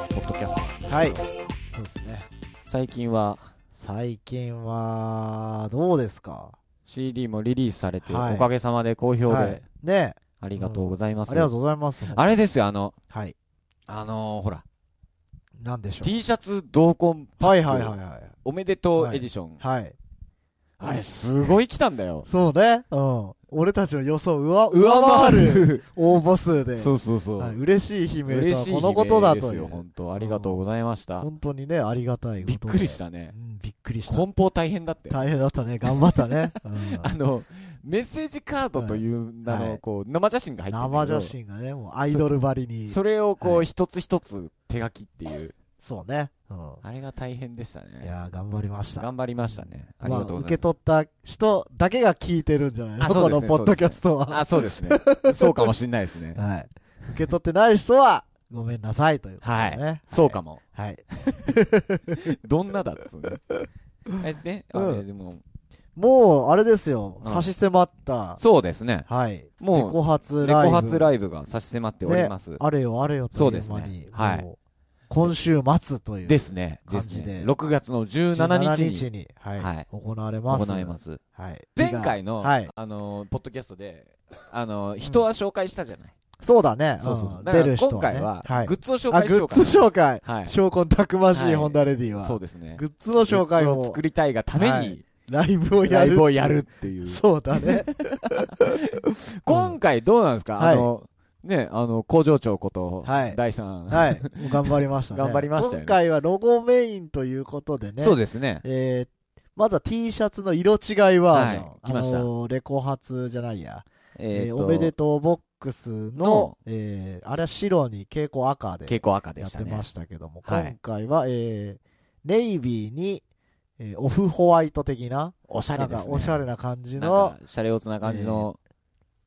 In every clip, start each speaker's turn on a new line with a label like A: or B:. A: はい。そうですね。
B: 最近は
A: 最近は、どうですか
B: CD もリリースされて、
A: はい
B: おかげさまで好評
A: はい
B: で、。
A: ねえ
B: ありがとうございます。
A: ありがとうございます。
B: あれですよ、あの、
A: はい。
B: あのーほら、
A: なんでしょ
B: T シャツ同梱、
A: う。はいはいはいはい。
B: おめでとうエディション。
A: はい。
B: あれ、すごい来たんだよ。
A: そうね。うん。俺たちの予想を 上上回る応募数で。
B: そうそうそう。
A: はい嬉しい悲鳴と
B: 嬉
A: は
B: しい悲
A: こ
B: 鳴
A: のことだ
B: で
A: と
B: す
A: い
B: よ、
A: う。
B: 本当ありがとうございました。
A: 本当にね、ありがたいこと
B: びっ
A: で
B: くりし。たね
A: う。ん、びっくりした。
B: 梱包大変だって。
A: 大変だったね。頑張ったね。うん
B: あの、メッセージカードという名
A: は
B: の、
A: い
B: こう、生写真が入ってるんだ
A: 生
B: けど
A: 写真がね、もうアイドルばりに。
B: それをこ
A: は
B: う、一つ一つ手書きっていう。
A: そうね。うん。
B: あれが大変でした
A: い
B: ね。
A: やー、頑張りました。
B: 頑張りましたね。ありがとうご
A: 受
B: ざい
A: け
B: ます。
A: 取った人だけが聞いてるんじゃないの
B: あ
A: こ
B: そうです
A: の
B: ね
A: ポッドキャストは。
B: あ、そうですね。そうかもしんないですね。
A: はい。受け取ってない人は、ごめんなさいということでね。はい。
B: そうか。も。
A: はい。
B: どんなだっつう ね。え、ね、あ
A: うん
B: れでも、
A: もう、あれですよ。
B: うん
A: 差し迫った。
B: そうですね。
A: はい。
B: もう
A: 猫発
B: レ
A: ライ
B: コ
A: ブ。
B: 発ライブが差し迫っております。
A: あれよあれよと
B: そ
A: いうう間
B: で
A: に。
B: すねはい
A: もう。今週末という。
B: ですね。で
A: 感
B: す
A: じで
B: ね。6月の17
A: 17
B: 日
A: 日
B: に
A: に。はい。
B: はい
A: 行われます。
B: 行います。
A: はい。
B: 前回の、
A: はい。
B: あのー、ポッドキャストで、あのー、人は紹介したじゃない。
A: そうだね。
B: そうそう。
A: ん
B: だ
A: 出
B: から
A: る人ね。
B: 今回は、
A: はい
B: グ。ッズを紹
A: あ、
B: 介し
A: グ
B: よう
A: ッ
B: かな。
A: ズ紹介。
B: はい。
A: 証拠たくまし
B: はいい
A: ホンダレディは。
B: そうですね。
A: グッズの紹介
B: グッズを
A: も
B: 作、りたいがため
A: は
B: に
A: い、ライブをや
B: ライ
A: る
B: ブ。をやるっていう。
A: そうだね。
B: 今回どうなんですか、
A: はい
B: あの、ね、あの、工場長こと、
A: はい
B: 第三、
A: はい。もう頑張りましたね。
B: 頑張りましたよね
A: 今回はロゴメインということでね。
B: そうですね。
A: えーまずは T シャツの色違いバージョン。
B: はい来ました
A: あのーレコ発じゃないや。え
B: え
A: ー
B: ー
A: おめで
B: と
A: とうボックスの、
B: の
A: えーあれは白に蛍光赤で
B: う。傾向赤で
A: やっ
B: してたね。
A: ましたけども、
B: はい
A: 今回は、えーネイビーに、えーオフホワイト的な、
B: おしゃ
A: な
B: れ
A: ん
B: です
A: か
B: ね。
A: おしゃれな感じ
B: なん
A: の
B: か、シャレオツな感じの、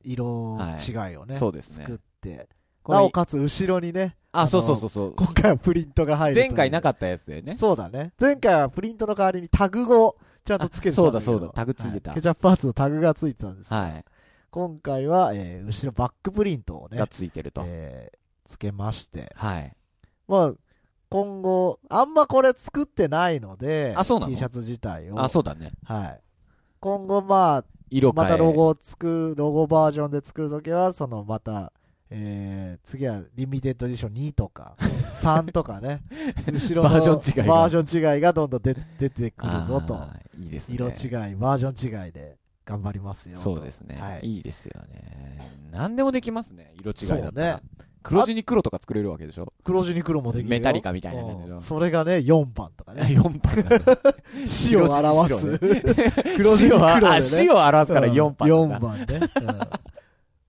A: 色違いをね、
B: そうですね
A: 作っ。て、
B: これ
A: なおかつ後ろにね、
B: あ、
A: の
B: そうそうそうそう。
A: 今回はプリントが入るという
B: 前回なかったやつだよね。
A: そうだね。前回はプリントの代わりにタグをちゃんとつけてたんけど
B: あそうだそうだタグついてた
A: はケチャップアーツのタグがついてたんです。
B: は
A: 今回は、えー後ろバックプリントを
B: い。
A: ね
B: が、ついてると。
A: えーつけまして、
B: はい。
A: まあ、今後、あんまこれ作ってないので、
B: あそうなの
A: T シャツ自体を。
B: あ、そうだね。
A: はい。今後、まあ、
B: 色変
A: ま
B: え
A: たロゴを作る、ロゴバージョンで作るときは、そのまた、えー、次はリミテッドエディション2と か、3とかね、後ろの
B: バージョン違いが
A: バージョン違いがどんどん出て出てくるぞと、
B: あーいいですね。
A: 色違い、バージョン違いで頑張りますよと。
B: そうですね、
A: はい
B: い。いですよね。何でもできますね。色違いだったら。
A: そうね
B: 黒地に黒とか作れるわけでしょ
A: 黒地に黒もできるよ。
B: メタリカみたいな感じの
A: うんそれがね、4番とかね、
B: 4番なんだ
A: 死を表す。黒地に
B: 死を
A: 黒で
B: あ
A: ね。
B: 死を表すから4番
A: うん
B: なんだ。
A: 四番ね。うん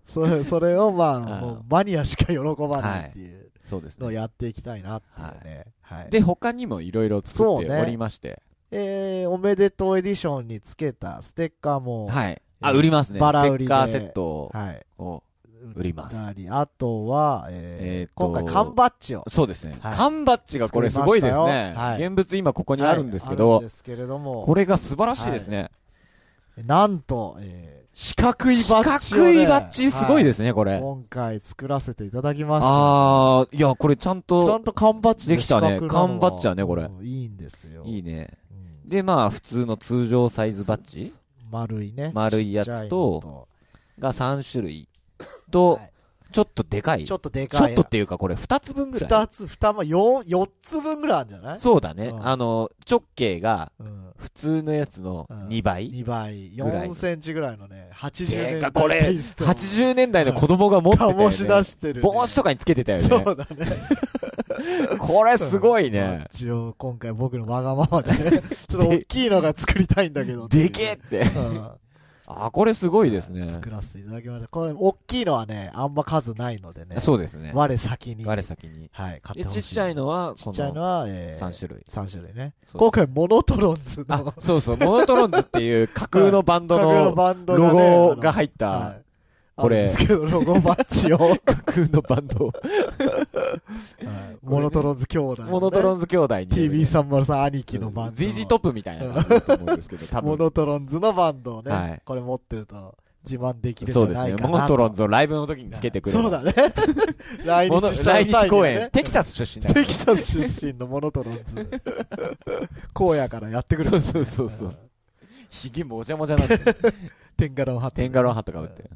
A: それそれをまあ、
B: あー
A: もうマニアしか喜ばないっていう
B: そうです
A: のを
B: ね。
A: やっていきたいなっていうね。はい。
B: で、他にもいろいろ作っておりまして。
A: えー、おめでとうエディションにつけたステッカーも、は
B: はい。あ、売りますね。
A: バ
B: ステ
A: ラ売り
B: ッ
A: で
B: カーセット
A: い。
B: を。売ります
A: 売ったりあとは、えー
B: えーと
A: 今回缶バッジを。
B: そうですね。
A: はい
B: 缶バッジがこれすごいです
A: 作りま
B: ね
A: したよ。はい
B: 現物今ここにあるんですけ
A: はいあ
B: ど、
A: るんですけれども、
B: これが素晴らしいですね。
A: なんと、えー四角い
B: 四
A: バ
B: 角
A: ッジをね、、
B: いバッジすごいですすね、これ。
A: 今回作らせていただきました。
B: あー、いや、これちゃん
A: ちゃ
B: と
A: んと缶バッジ
B: できたね
A: 四角なのは
B: 缶バッジはねこれ
A: うんいいんですよ。
B: いいね。
A: うん
B: で、まあ、普通の通常サイズバッジ
A: 丸いね。
B: 丸い
A: ちっ
B: や
A: ちゃ
B: つ
A: の
B: と、が3種類と
A: はい、
B: ちょっとでかい。
A: ち
B: ちょ
A: ょっとでかい
B: っ
A: や。
B: とっていうか、これ2つ分ぐらい。
A: 二つ、二ま、四、四つ分ぐらいあるんじゃない
B: そうだね
A: う。ん
B: あの、直径が
A: うん。
B: 普通のやつの
A: うん
B: 2倍。
A: 2倍、
B: ぐらい
A: 4センチぐらいのね、80
B: で
A: 年
B: か
A: 代
B: これ
A: テイストを
B: 80年代の子供が持ってたよね
A: 醸し出してるね、
B: 帽子とかにつけてたよ
A: そ
B: ね。
A: うだね。
B: これすごいね。
A: 一応、今回僕のわがまま でね、ちょっと大きいのが作りたいんだけど。
B: でけえっ
A: す
B: て。あ、これすごいですね。
A: 作らせていただきました。これ、大きいのはね、あんま数ないのでね。
B: そうですね。
A: 我先に。
B: 我先に。
A: はい、買っ
B: で、
A: てほし
B: ち
A: い。
B: っちゃいのは、
A: ち
B: こ
A: っちゃいの
B: の
A: は、え
B: 3種類。
A: 3種類ね。
B: そう
A: 今回、モノトロンズの、
B: あ、そうそう、モノトロンズっていう架空のバンド
A: 架空の
B: の
A: バンドが、
B: ロ
A: ね、
B: ゴが入っ
A: あのは
B: た
A: い
B: これ
A: あるんですけど、ロゴバッジを、はい
B: 架空のバンド、
A: モノトロンズ兄弟のね、
B: モノトロンズ兄弟に。
A: TV303 兄貴のバンド。
B: ZZ トップみたいなのだと思うんですけど、多
A: モ
B: 分。
A: ノトロンズのバンドをね、
B: はい
A: これ持ってると、自慢できるんじ
B: そ
A: ゃ
B: うです
A: な
B: ね
A: い。か
B: モ
A: な
B: ノ
A: と
B: トロンズをライブの時につけてくれる。
A: そうだ ね来
B: モノ
A: 日した際
B: 来
A: にはね
B: 日公演、テキサス出身だから
A: テキサス出身のモノトロンズ荒野からやってくる
B: そうそうそうそうんひげもおじゃもじゃなんで、
A: テンガロンハット
B: テンガロンハットかぶって。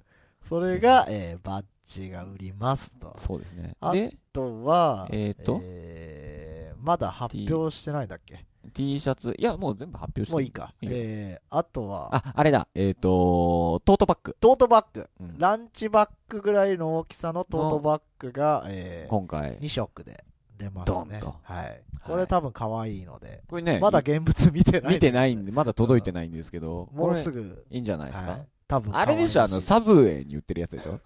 A: それが、えーバッジが売りますとあ
B: そうですね
A: あ。
B: で、
A: とは
B: えーと
A: えーまだ発表してないんだっけ
B: T シャツ、いや、もう全部発表して
A: もういいか、
B: いいよ
A: えーあとは
B: あ、あれだ、えっと、トートバッグ。
A: トートバッグ
B: うん
A: ランチバッグぐらいの大きさのトートバッグが、えー
B: 今回。
A: 2色で出ます
B: ドン
A: ね
B: と
A: はいこれ多分可愛いので、
B: これね、
A: まだ現物見てない
B: 見てないんで、まだ届いてないんですけど、
A: も
B: こ
A: う
B: れ
A: すぐ
B: いいんじゃないです
A: は
B: か
A: い。多分可
B: あ
A: 愛
B: れ
A: い
B: でしょ、あの、サブウェイに売ってるやつでしょ。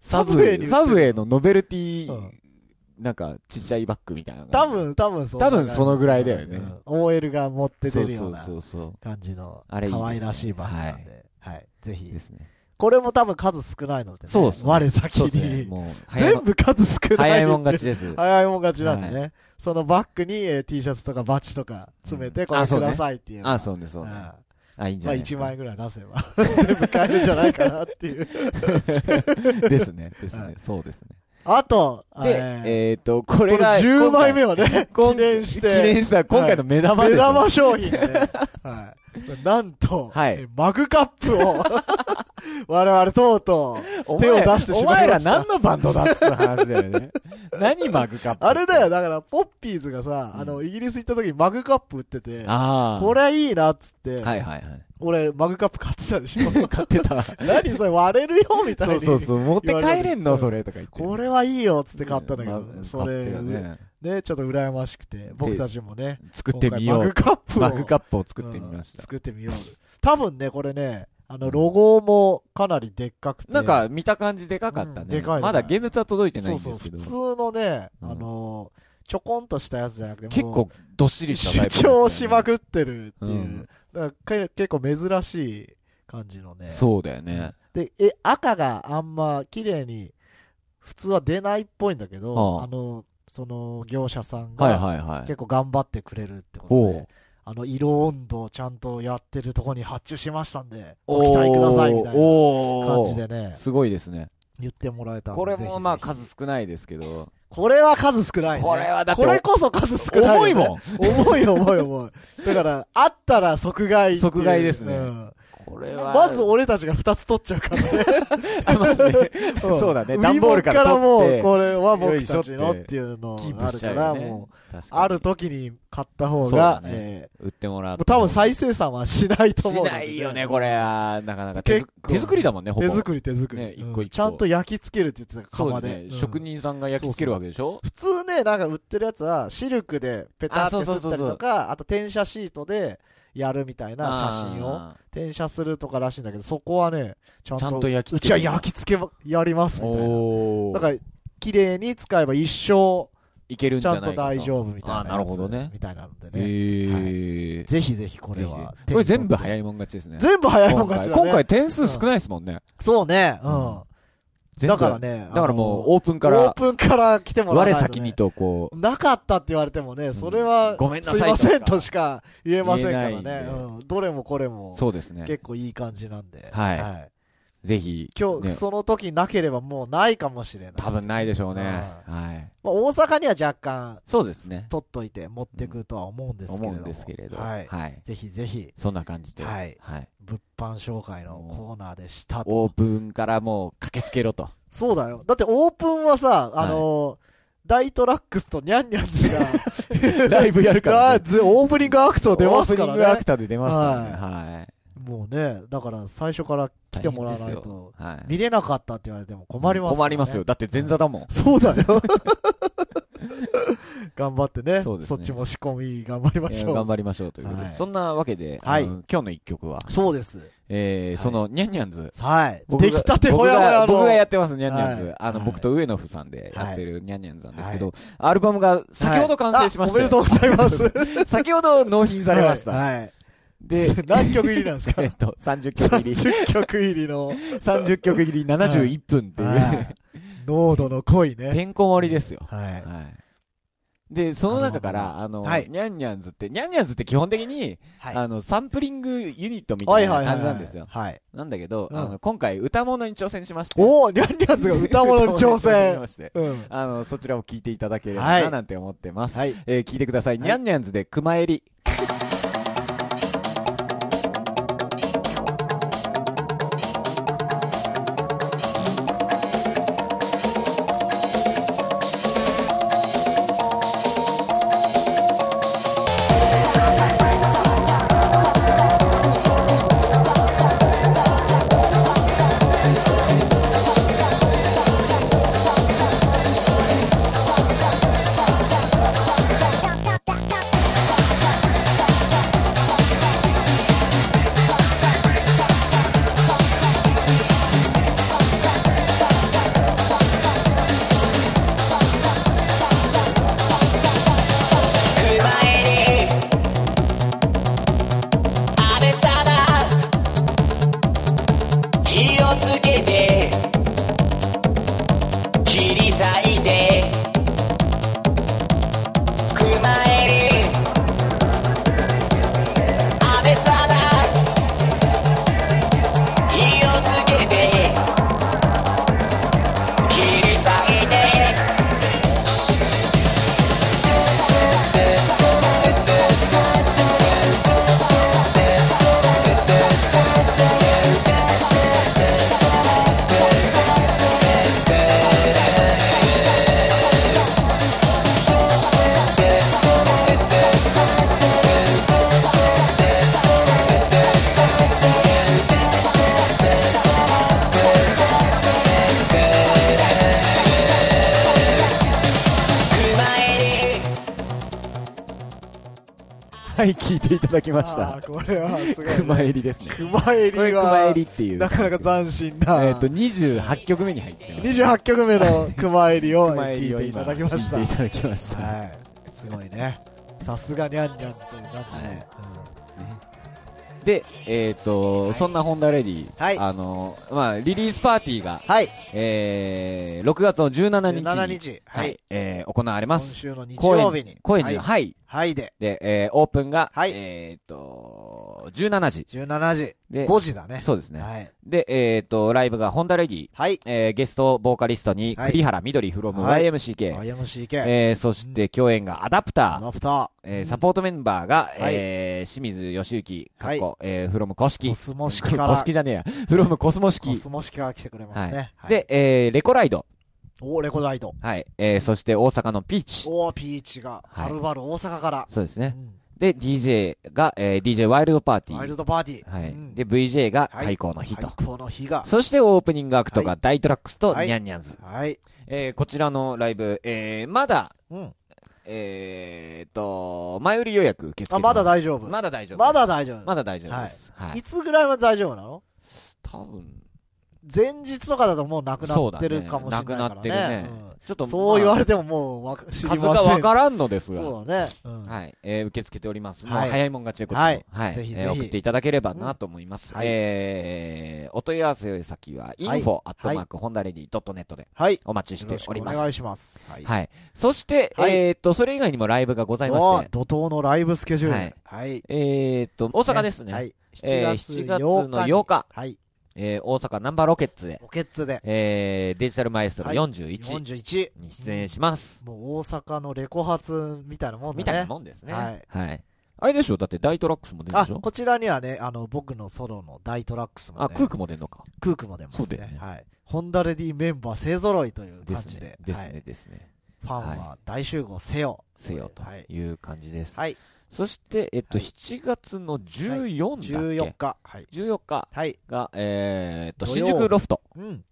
A: サブウェイに売ってる
B: サブウェイのノベルティ
A: う
B: ー
A: ん、
B: なんか、ちっちゃいバッグみたいなのが。
A: 多分、多分そんな
B: 多分そのぐらいだよね
A: うん OL が持って出るような
B: そうそうそう
A: 感じの
B: あれいいです
A: 可
B: ね
A: 愛らしいバッグなんで、はい。ぜ
B: そう
A: ひ
B: で。すね。
A: これも多分数少ないのでね、
B: そうっすね
A: 我先
B: そうですね。
A: に。
B: もう、早い
A: 全部数少ない。
B: 早いもん勝ちです。
A: 早いもん勝ちなんでね。そのバッグにえー T シャツとかバッジとか詰め
B: う
A: て、
B: ん
A: これ
B: あそ
A: く
B: うね
A: ださいっていう。
B: あ、そうね、そう
A: うん
B: ね。
A: ま
B: あ、いいんじゃ
A: あ
B: ない
A: 1万円ぐらい出せば、 全部買えるんじゃないかなっていう。
B: 円。ですね、です
A: はい、
B: ねそうですね。
A: あと、
B: で、
A: えー
B: えっと、こ
A: こ
B: れ
A: れ
B: が、
A: 10枚目
B: を
A: をね、記念して。
B: 記念した今回の目玉で
A: 目
B: すよ
A: 玉商 品がね、はい、なんと、
B: はい
A: えマグカップ を我々とうとう
B: お前
A: 手を出してしまいました
B: お前ら何のバンドだっていう話だよね。 何マグカップ
A: あれだよだからポッピーズがさ、
B: うん
A: あのイギリス行った時にマグカップ売ってて
B: ああ。
A: これいいなっつって、
B: はいはいは
A: 俺マグカップ買ってたでしょ
B: い。買ってた。
A: 何それ割れるよみたい
B: そ
A: に
B: うそうそう。持って帰れんの
A: 言わ
B: それとか言って。
A: これはいいよっつっ
B: って
A: 買ったんだけど、それね
B: ね。
A: ちょっと羨ましくて僕たちもね
B: 作ってみよ
A: 今回マグ
B: う。
A: カップを
B: マグカップを作ってみまし
A: うん
B: た。
A: 作ってみよう多分ねこれねあのロゴもかなりでっかくて、
B: なんか見た感じでかかった
A: うんで
B: ね。
A: かいね
B: まだ現物は届いてない
A: そうんそう
B: ですけ
A: 普
B: ど。
A: 通
B: 結
A: のね、
B: うん
A: あのちょこんとしたやつじゃなくてもう
B: 構どっしりしたタ
A: 主
B: イプですよね。
A: 張しまくってるっていう、
B: うん
A: だから結構珍しい感じのね
B: そうだよね。
A: でえ赤があんま綺麗に普通は出ないっぽいんだけど
B: あ
A: あ
B: あ
A: のその業者さん
B: はい
A: が
B: はいはい。
A: 結構頑張ってくれるってことで、
B: おう
A: あの色温度をちゃんとやってるとこに発注しましたんでご
B: お
A: 期待くださいみたいな
B: お
A: 感じでね、
B: すごいですね。
A: 言ってもらえたんで
B: これ
A: ぜひぜ
B: も
A: ひ
B: まあ数少ないですけど。
A: これは数少ない、ね。
B: これはだって
A: これこそ数少ない、
B: 重いもん。
A: ん。重い重い重い。だから、あったら即買いっていう。
B: 即買いですね
A: うん
B: これは。
A: まず俺たちが2つ取っちゃうからね。
B: あまず ねそうだね。段ボールか
A: 売り物
B: ら取
A: からも
B: っ
A: う、
B: て。
A: これは僕たちのっていうの
B: キー
A: があ
B: プ
A: る
B: しちゃ
A: か
B: う
A: ら、
B: よね。
A: もう、
B: 確かに
A: ある時に買った方
B: そう
A: が
B: だ、
A: え
B: ね売っても
A: ー
B: らっ
A: もう
B: て。
A: 多分再生産はしないと思
B: し
A: うので。
B: ないよね、これは。なかなか手づ
A: 結構
B: 手作りだもんね、ほぼ。
A: 手作り手作り。
B: ね一個一個
A: うんちゃんと焼き付けるって言ってた
B: そう
A: 釜
B: だ
A: で
B: ね。。
A: うん
B: 職人さんが焼き付けるわけでしょ
A: 普通ね、なんか売ってるやつは、シルクでペタ
B: あ
A: って
B: そう
A: す
B: そう
A: っ
B: そう
A: たりとか、あと転写シートでやるみたいな写真を
B: あ
A: 転写するとからしいんだけど、そこはね、ちゃん
B: ちゃん
A: と、
B: と焼
A: う
B: き付
A: ち
B: け
A: は
B: る
A: 焼き付けばやります
B: ー。
A: みたいな。
B: お
A: だ
B: ー。
A: から、綺麗に使えば一生、
B: いけるん
A: ち
B: じゃ
A: ゃ
B: ない
A: ん
B: か
A: と大丈夫みたいなやつ。
B: あなるほどね
A: みたいなのでね。
B: へえ。
A: ぜひぜひこれ
B: ぜ
A: は
B: ひ。これ全部
A: い。
B: 早いもん勝ちですね。
A: 全部早いもん勝ちだね。
B: 今回今回点数少ないですもんね。
A: そうね。う
B: うんん。全部
A: だからね。
B: だからもう
A: う、
B: オープンか
A: オー
B: ら、
A: プンから来てもらわな
B: 我
A: いとね
B: 先にとこう、
A: なかったって言われてもね、それは、
B: うんごめんなさい
A: すいません
B: とか
A: としか言えませんから
B: 言えない
A: ね
B: ん。で
A: うん、どれもこれも、
B: そうですね。
A: 結構いい感じなんで。
B: はいぜひ、
A: 今日、
B: ね
A: その時なければもうないかもしれない。
B: 多分ないでしょうね。
A: あ
B: はい。
A: まあ、大阪には若干、
B: そうですね。
A: 取っといて持ってくとは思うんですけれど
B: 思
A: も。
B: うんですけれど。
A: はい。
B: はい。
A: ぜひぜひ、
B: そんな感じで。
A: はい
B: はい。
A: 物販紹介のコーナーでした
B: オー
A: と。
B: プンからもう駆けつけろと。
A: そうだよ。だってオープンはさ、あのー大トラックスとニャンニャン ズが
B: ライブやるからね
A: ずオープニングアクト出ますから
B: オープニン
A: ね。
B: グアクターで出ますからね。はい。
A: もうね、だから最初から来てもらわない
B: 大変ですよ
A: と、
B: はい。
A: 見れなかったって言われても困ります、ね、
B: 困りますよ。。だって前座だもん。
A: そうだよ。 頑張ってね。そ
B: そうですね
A: っちも仕込み頑張りま
B: え
A: し
B: ー
A: ょ
B: 頑
A: う。
B: 張りましょうということ
A: はい
B: で。そんなわけで、あ
A: はい
B: の今日の一曲は、
A: そうです。
B: えー
A: はい
B: その、ニャンニャンズ。
A: はい。
B: 僕
A: 出
B: が
A: 来たてほやほやの。
B: 僕が僕がやってます、ニャンニャン
A: はい
B: ズ。あの、
A: はい
B: 僕と上野夫さんでやってるニャンニャンズなんですけ
A: は
B: ど、アルバムが先ほど完成しま
A: あ
B: し
A: おめで
B: て
A: と、うございます。
B: 先ほど納品されま した。
A: はいはい。
B: で、
A: 何曲入りなんですか
B: えっと、30曲入り、
A: ?30 曲入りの。
B: 30曲入り71分っていう、
A: はい濃度の濃いね。
B: てんこ盛りですよ。
A: はい。
B: はい。で、その中か
A: なる
B: ら、あの、
A: はい
B: ニャンニャンズって、ニャンニャンズって基本的に、
A: はい
B: あの、サンプリングユニットみたいな感じなんですよ。
A: はい。
B: なんだけど、
A: うん
B: あの、今回歌物に挑戦しまして。
A: おお、ニャンニャンズが歌物に 挑
B: し
A: 戦。
B: まして
A: うん。
B: あの、そちらを聞いていただければ
A: はい
B: な、なんて思ってます。
A: はい。
B: えー聞いてください。
A: はい
B: ニャンニャンズで熊襟。
C: 熊襟安倍さだ火をつけて切り裂いて熊襟安倍さだ火をつけて切り裂いて
B: はい、聞いていただきまし
A: あ
B: た。
A: ーこれはすごい。
B: 熊襟ですね。
A: 熊襟
B: これ
A: が、
B: 熊襟っていう。
A: なかなか斬新な。
B: えっと、28曲目に入ってます。
A: 28曲目の 熊襟を
B: 熊襟
A: 聞い
B: を
A: てい
B: 今
A: ただきました。
B: 聞いていただきました。
A: はい。すごいね。さすがニャンニャンズという感じで。
B: はいで、えっ、と、
A: はい
B: そんなホンダレディ、
A: はい
B: あの、まあ、リリースパーティーが、
A: はい。
B: えー、6月の17日に、
A: 7日。
B: は、
A: はいい。
B: えー、行われま
A: 今
B: す。
A: 週の日曜日に。
B: 公演
A: は
B: に、
A: い。
B: はい。
A: はいで。
B: で、えー、オープンが、
A: はい
B: えっ、と、17時。
A: 17時。
B: で、
A: 5時だね。
B: そうですね。
A: はい。
B: で、えっ、と、ライブがホンダレディ、
A: はい。
B: えー、ゲストボーカリストに、
A: はい
B: 栗原みどり from
A: はい
B: YMCK、
A: YMCK。
B: えー、そして共演がアダプター、
A: ラフタ
B: え
A: うん
B: ー、サポートメンバーが、
A: はい
B: えー、清水義行、か
A: は
B: っ
A: い
B: こ、えー、from 公
A: ー。
B: 式
A: コ。スモ式から。
B: コスキじゃねえや。フロムコスモ
A: コ
B: 式。
A: スモ式から来てくれますね。はい、
B: で、えー、レコライド。
A: おーレコライト。
B: はい。えー、そして大阪のピーチ。
A: おーピーチが、
B: はい
A: はるばる大阪から。
B: そうですね
A: う。ん
B: で、DJ が、えー、DJ ワイルドパーティー。
A: ワイルドパーティー。
B: はい
A: うん。
B: で、VJ が
A: はい
B: 開口の日
A: 最
B: と。
A: 高の日が。
B: そしてオープニングアクト
A: は
B: が大トラックスと
A: はい
B: ニャンニャンズ。
A: はい。
B: えー、こちらのライブ、えー、まだ、
A: うん。
B: えーと、前売り予約受け付けて
A: あ、
B: す
A: まだ大丈夫。
B: まだ大丈夫。
A: ま、だ大丈夫。
B: まだ大丈夫です。はい。
A: いつぐらいまで大丈夫なの
B: 多分、
A: 前日とかだともうなくな
B: そう
A: っ
B: だ
A: て
B: ね
A: るかもしれないからね。
B: なくなってるね
A: うん
B: ちょっと、
A: そう言われ
B: て
A: てももうわか知りません。
B: 数がわからんのですが。
A: そうだね。うん
B: はい、えー受け付けております。もう
A: はい
B: 早いもん勝ちでこっちも
A: はい
B: はい
A: ぜひぜひ
B: えー送っていただければなと思います。
A: うんはい
B: えーお問い合わせ先
A: は
B: は、
A: い
B: info、アットマーク、ホンダレディ .net で
A: はい。
B: お待ちし
A: よ
B: て
A: ろしく
B: おり
A: お
B: ます。
A: 願いします。はい。
B: はい。そして、
A: はい
B: えーっと、それ以外にもライブがございま
A: おー
B: して、
A: 怒涛のライブスケジュール。
B: はい
A: はい。
B: えーっと、大阪ですね。
A: はい。
B: えー
A: 7
B: 7
A: 月
B: 月
A: 8日
B: の
A: に
B: 8日、
A: はい。
B: えー大阪ナンバーロケッツで、
A: ロケッツで。
B: えーデジタルマエストロ
A: はい
B: 41
A: 41。
B: に出演します。
A: もう大阪のレコ発みたいなもん
B: みたい
A: だ
B: な
A: ね。
B: もんですね。
A: はい
B: あれでしょだって大トラックスも出る
A: あ、
B: でしょ
A: こちらにはね、あの、僕のソロの大トラックスも、ね
B: あ、、クークも出るのか。
A: クークも出ます
B: そうだよ
A: ね
B: ね。
A: はい。ホンダレディメンバー勢揃いという
B: で
A: 感
B: す
A: じ
B: ね
A: で。。
B: です
A: はい
B: ね、ですね。
A: ファンは大集合せよ。
B: せよと
A: はい。
B: いう感じです。
A: はい。
B: そして、えっと、
A: はい
B: 7月の14だっけ、
A: 14日。はい。
B: 14日
A: はい。
B: が、えーっと、
A: 土曜
B: 新
A: 日
B: 宿ロフト、
A: うん。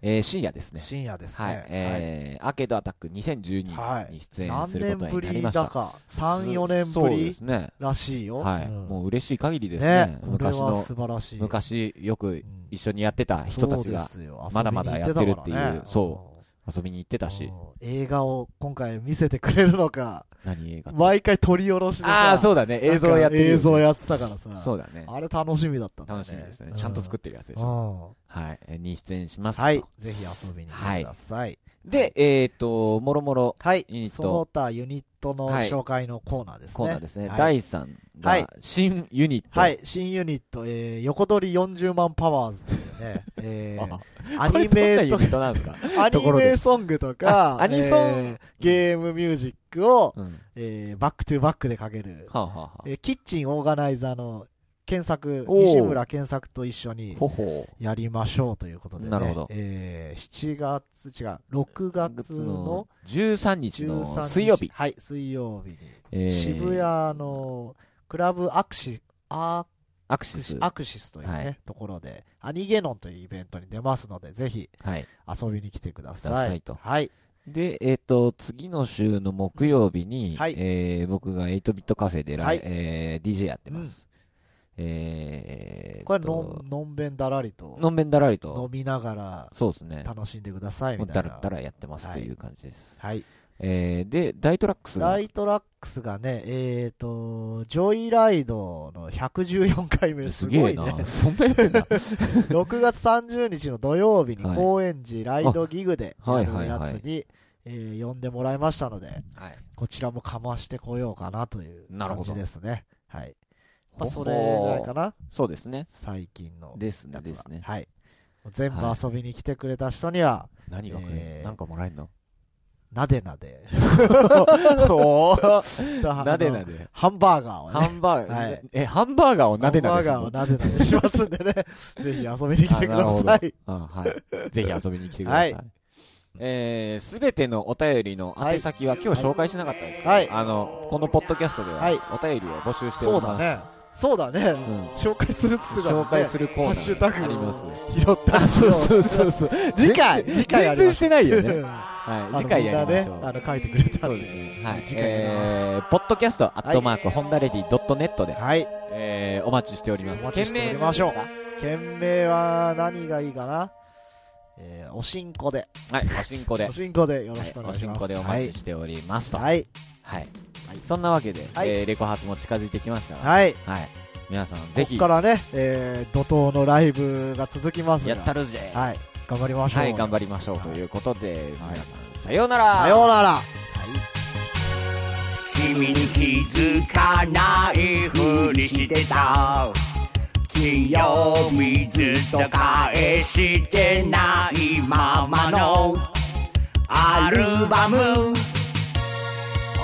B: えー深夜ですね。
A: 深夜ですね。
B: はい、えーアーケードアタック
A: はい
B: 2012に出演
A: 何
B: する
A: 年
B: こと
A: ぶ
B: になり
A: り
B: ま
A: だ
B: した。
A: か、3、4年ぶ
B: そうで
A: り
B: すね。
A: らしいよ。
B: はい、
A: うん
B: もう嬉しい限りですね。
A: ね、これ
B: 昔
A: は
B: の
A: 素、晴らしい。
B: 昔よく
A: うん、
B: 一緒にやってた人たちが
A: そうですよ
B: まだまだやってるって
A: 遊び
B: いう
A: に行からね
B: そ遊びに行ってたし、
A: うん映画を今回見せてくれるのか、
B: 何映画って
A: 毎回撮り下ろしで
B: あ
A: さ、
B: あー、そうだね。映像やってる。
A: 映像やってたからさ、
B: そうだね。
A: あれ楽しみだったんだよ
B: 楽しみですね。ちゃんと作ってるやつでし
A: う
B: ょ。
A: ん
B: はい。えーに出演します。
A: はい。。ぜひ遊びに来てください。
B: で、えっと、もろもろ
A: はい。
B: ユニット
A: その他ユニットの
B: はい
A: 紹介のコーナーですね。
B: コーナーですね。
A: はい
B: 第3
A: はい
B: が、新ユニット。
A: はい。新ユニット、えー、横取り40万パワーズというね、えー
B: あ。
A: ア
B: これ
A: ニ
B: どんな
A: メ
B: ユニ
A: と
B: ットなんですか
A: ア
B: とこ
A: ニ
B: ろで
A: メソングとか、
B: あアニソン
A: えーゲームミュージックを、
B: うん。
A: えーバックトゥーバックでかける、
B: はあはあはあ
A: えーキッチンオーガナイザーの検索、
B: おー
A: 西村検索と一緒に
B: ほほう。
A: やりましょうということで、ね、
B: なるほど
A: えー7月、違う、6月の
B: 13日
A: 13
B: の
A: 日
B: 水曜日。
A: はい、水曜日に、
B: えー
A: 渋谷のクラブアクシア
B: アクシ
A: クシ
B: ス。
A: アクシスという、ね
B: はい
A: ところで、アニゲノンというイベントに出ますので、ぜひ
B: はい。
A: 遊びに来てくださ
B: くだ
A: い。
B: さいと
A: はい。
B: で、えっ、と、次の週の木曜日に、
A: はい
B: えー僕が8ビットカフェでライ、
A: はい
B: えー DJ やってます。えー、
A: これの
B: の
A: ん、のんべんだらりと
B: ん、のんべんだらり
A: 飲
B: と、
A: みながら
B: そうですね。
A: 楽しんでくださいみた
B: だ
A: い
B: ら
A: な
B: だ。らやってますという感じです。
A: はい。
B: えー、で、大トラックスが
A: ラ、イトラックスがね、えっ、と、ジョイライドの114回目、す
B: すげ
A: ご
B: え
A: いね。
B: な。そんなやってんだ。
A: 6月30日の土曜日に
B: はい
A: 高円寺ライドギグで
B: あ
A: や
B: は
A: る
B: いはい
A: や
B: はい
A: つに、えー呼んでもらいましたので、
B: はい
A: こちらもかましてこようかなという
B: なる
A: 感
B: ほど
A: じですね。はい。まあ、
B: ほほ
A: そ
B: ー
A: れぐらいかな、
B: そうですね。
A: 最近の
B: ですね
A: や、つ
B: で
A: は
B: す。ね。
A: はい。もう全部
B: はい
A: 遊びに来てくれた人には、
B: 何がくれ、
A: えー
B: なんかもらえんの
A: なでなで、
B: お ー なで
A: あ
B: な
A: の
B: で。
A: ハンバーガーをね
B: ハ、ンバーガー、
A: はい
B: え、ハンバーガーをなでなで
A: ハンバー
B: す
A: ガー
B: るの
A: をなでなでします んでね、ぜひ遊びに来てくだ
B: あな
A: さ
B: る
A: い。
B: あ はい。ぜひ遊びに来てください。
A: は
B: えすべてのお便りの宛先は今日紹介しなかったんですけど、
A: はい
B: あの、このポッドキャストでは
A: はい
B: お便りを募集して
A: そ
B: お
A: う
B: り
A: だ
B: ます。
A: ね。そうだね。
B: うん
A: 紹介するっつってたもん
B: 紹
A: ね
B: 介するコーナ
A: ハッシュタグ
B: ーあります。
A: 拾った
B: あ、
A: りし
B: そ
A: よ
B: う
A: う
B: そうそうそう。
A: 次回次回やりま
B: 全然
A: し
B: し
A: ょ
B: てないう よね。
A: あ
B: はい。
A: の
B: 次回やりまし
A: み
B: ょ
A: ん
B: う。
A: なねあの書いてくれた
B: そ
A: ん
B: う
A: で
B: ですね。はい。
A: 次回やります
B: えー、ポッドキャストアットマーク、ホンダレディドットネットで、
A: はい
B: えー、お待ちしております。
A: お待ちしておりましょう件名は何がいいかなえーおしんこで
B: う。はい、おしんこで。
A: おしんこでよろ
B: は
A: し
B: い
A: くお願
B: お
A: いし
B: しん
A: ます
B: こでお
A: は
B: 待
A: い
B: ちしておりますと。
A: はい
B: はい、
A: はい
B: そんなわけで、
A: はい
B: えーレコ発も近づいてきましたが
A: はい
B: はい、皆さん
A: こ
B: ぜ
A: こ
B: ひ
A: からねえー怒涛のライブが続きます
B: や
A: が
B: ったるぜは
A: はい頑張りま
B: い、
A: しょう
B: 頑張りましょうということで、皆さんさようなら
A: さようならはい
D: 君に気づかないふりしてた金曜日ずっと返してないままのアルバム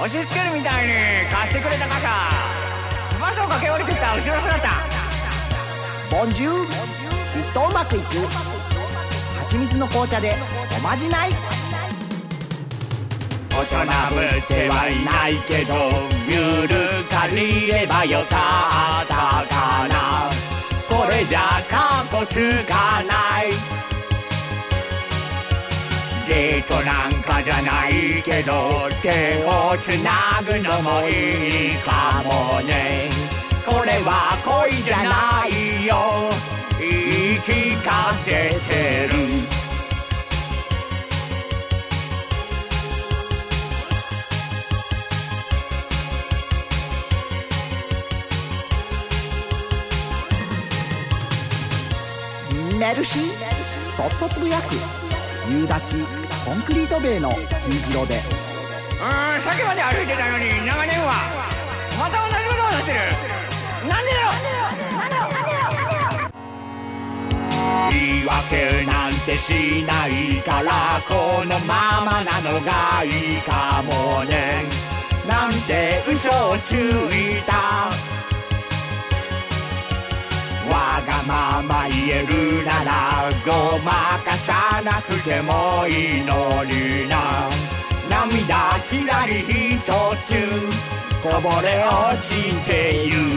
D: 押し付けるみたいに買ってくれた方場所を駆け下りてきた後ろ姿
E: ボンジュールきっとうまくいく蜂蜜の紅茶でおまじない
D: 大人ぶってはいないけどミュール借りればよかったかなこれじゃカッコつかないデートなんかじゃないけど手をつなぐのもいいかもねこれは恋じゃないよ言い聞かせてる
E: メルシーそっとつぶやく夕立コンクリート塀の虹色で
D: うーんさっきまで歩いてたのに長年はまた同じことを話してるなんでだろう言い訳なんてしないからこのままなのがいいかもねなんて嘘をついたわがまま言えるならごまかさなくてもいいのにな涙きらりひとつこぼれ落ちてゆく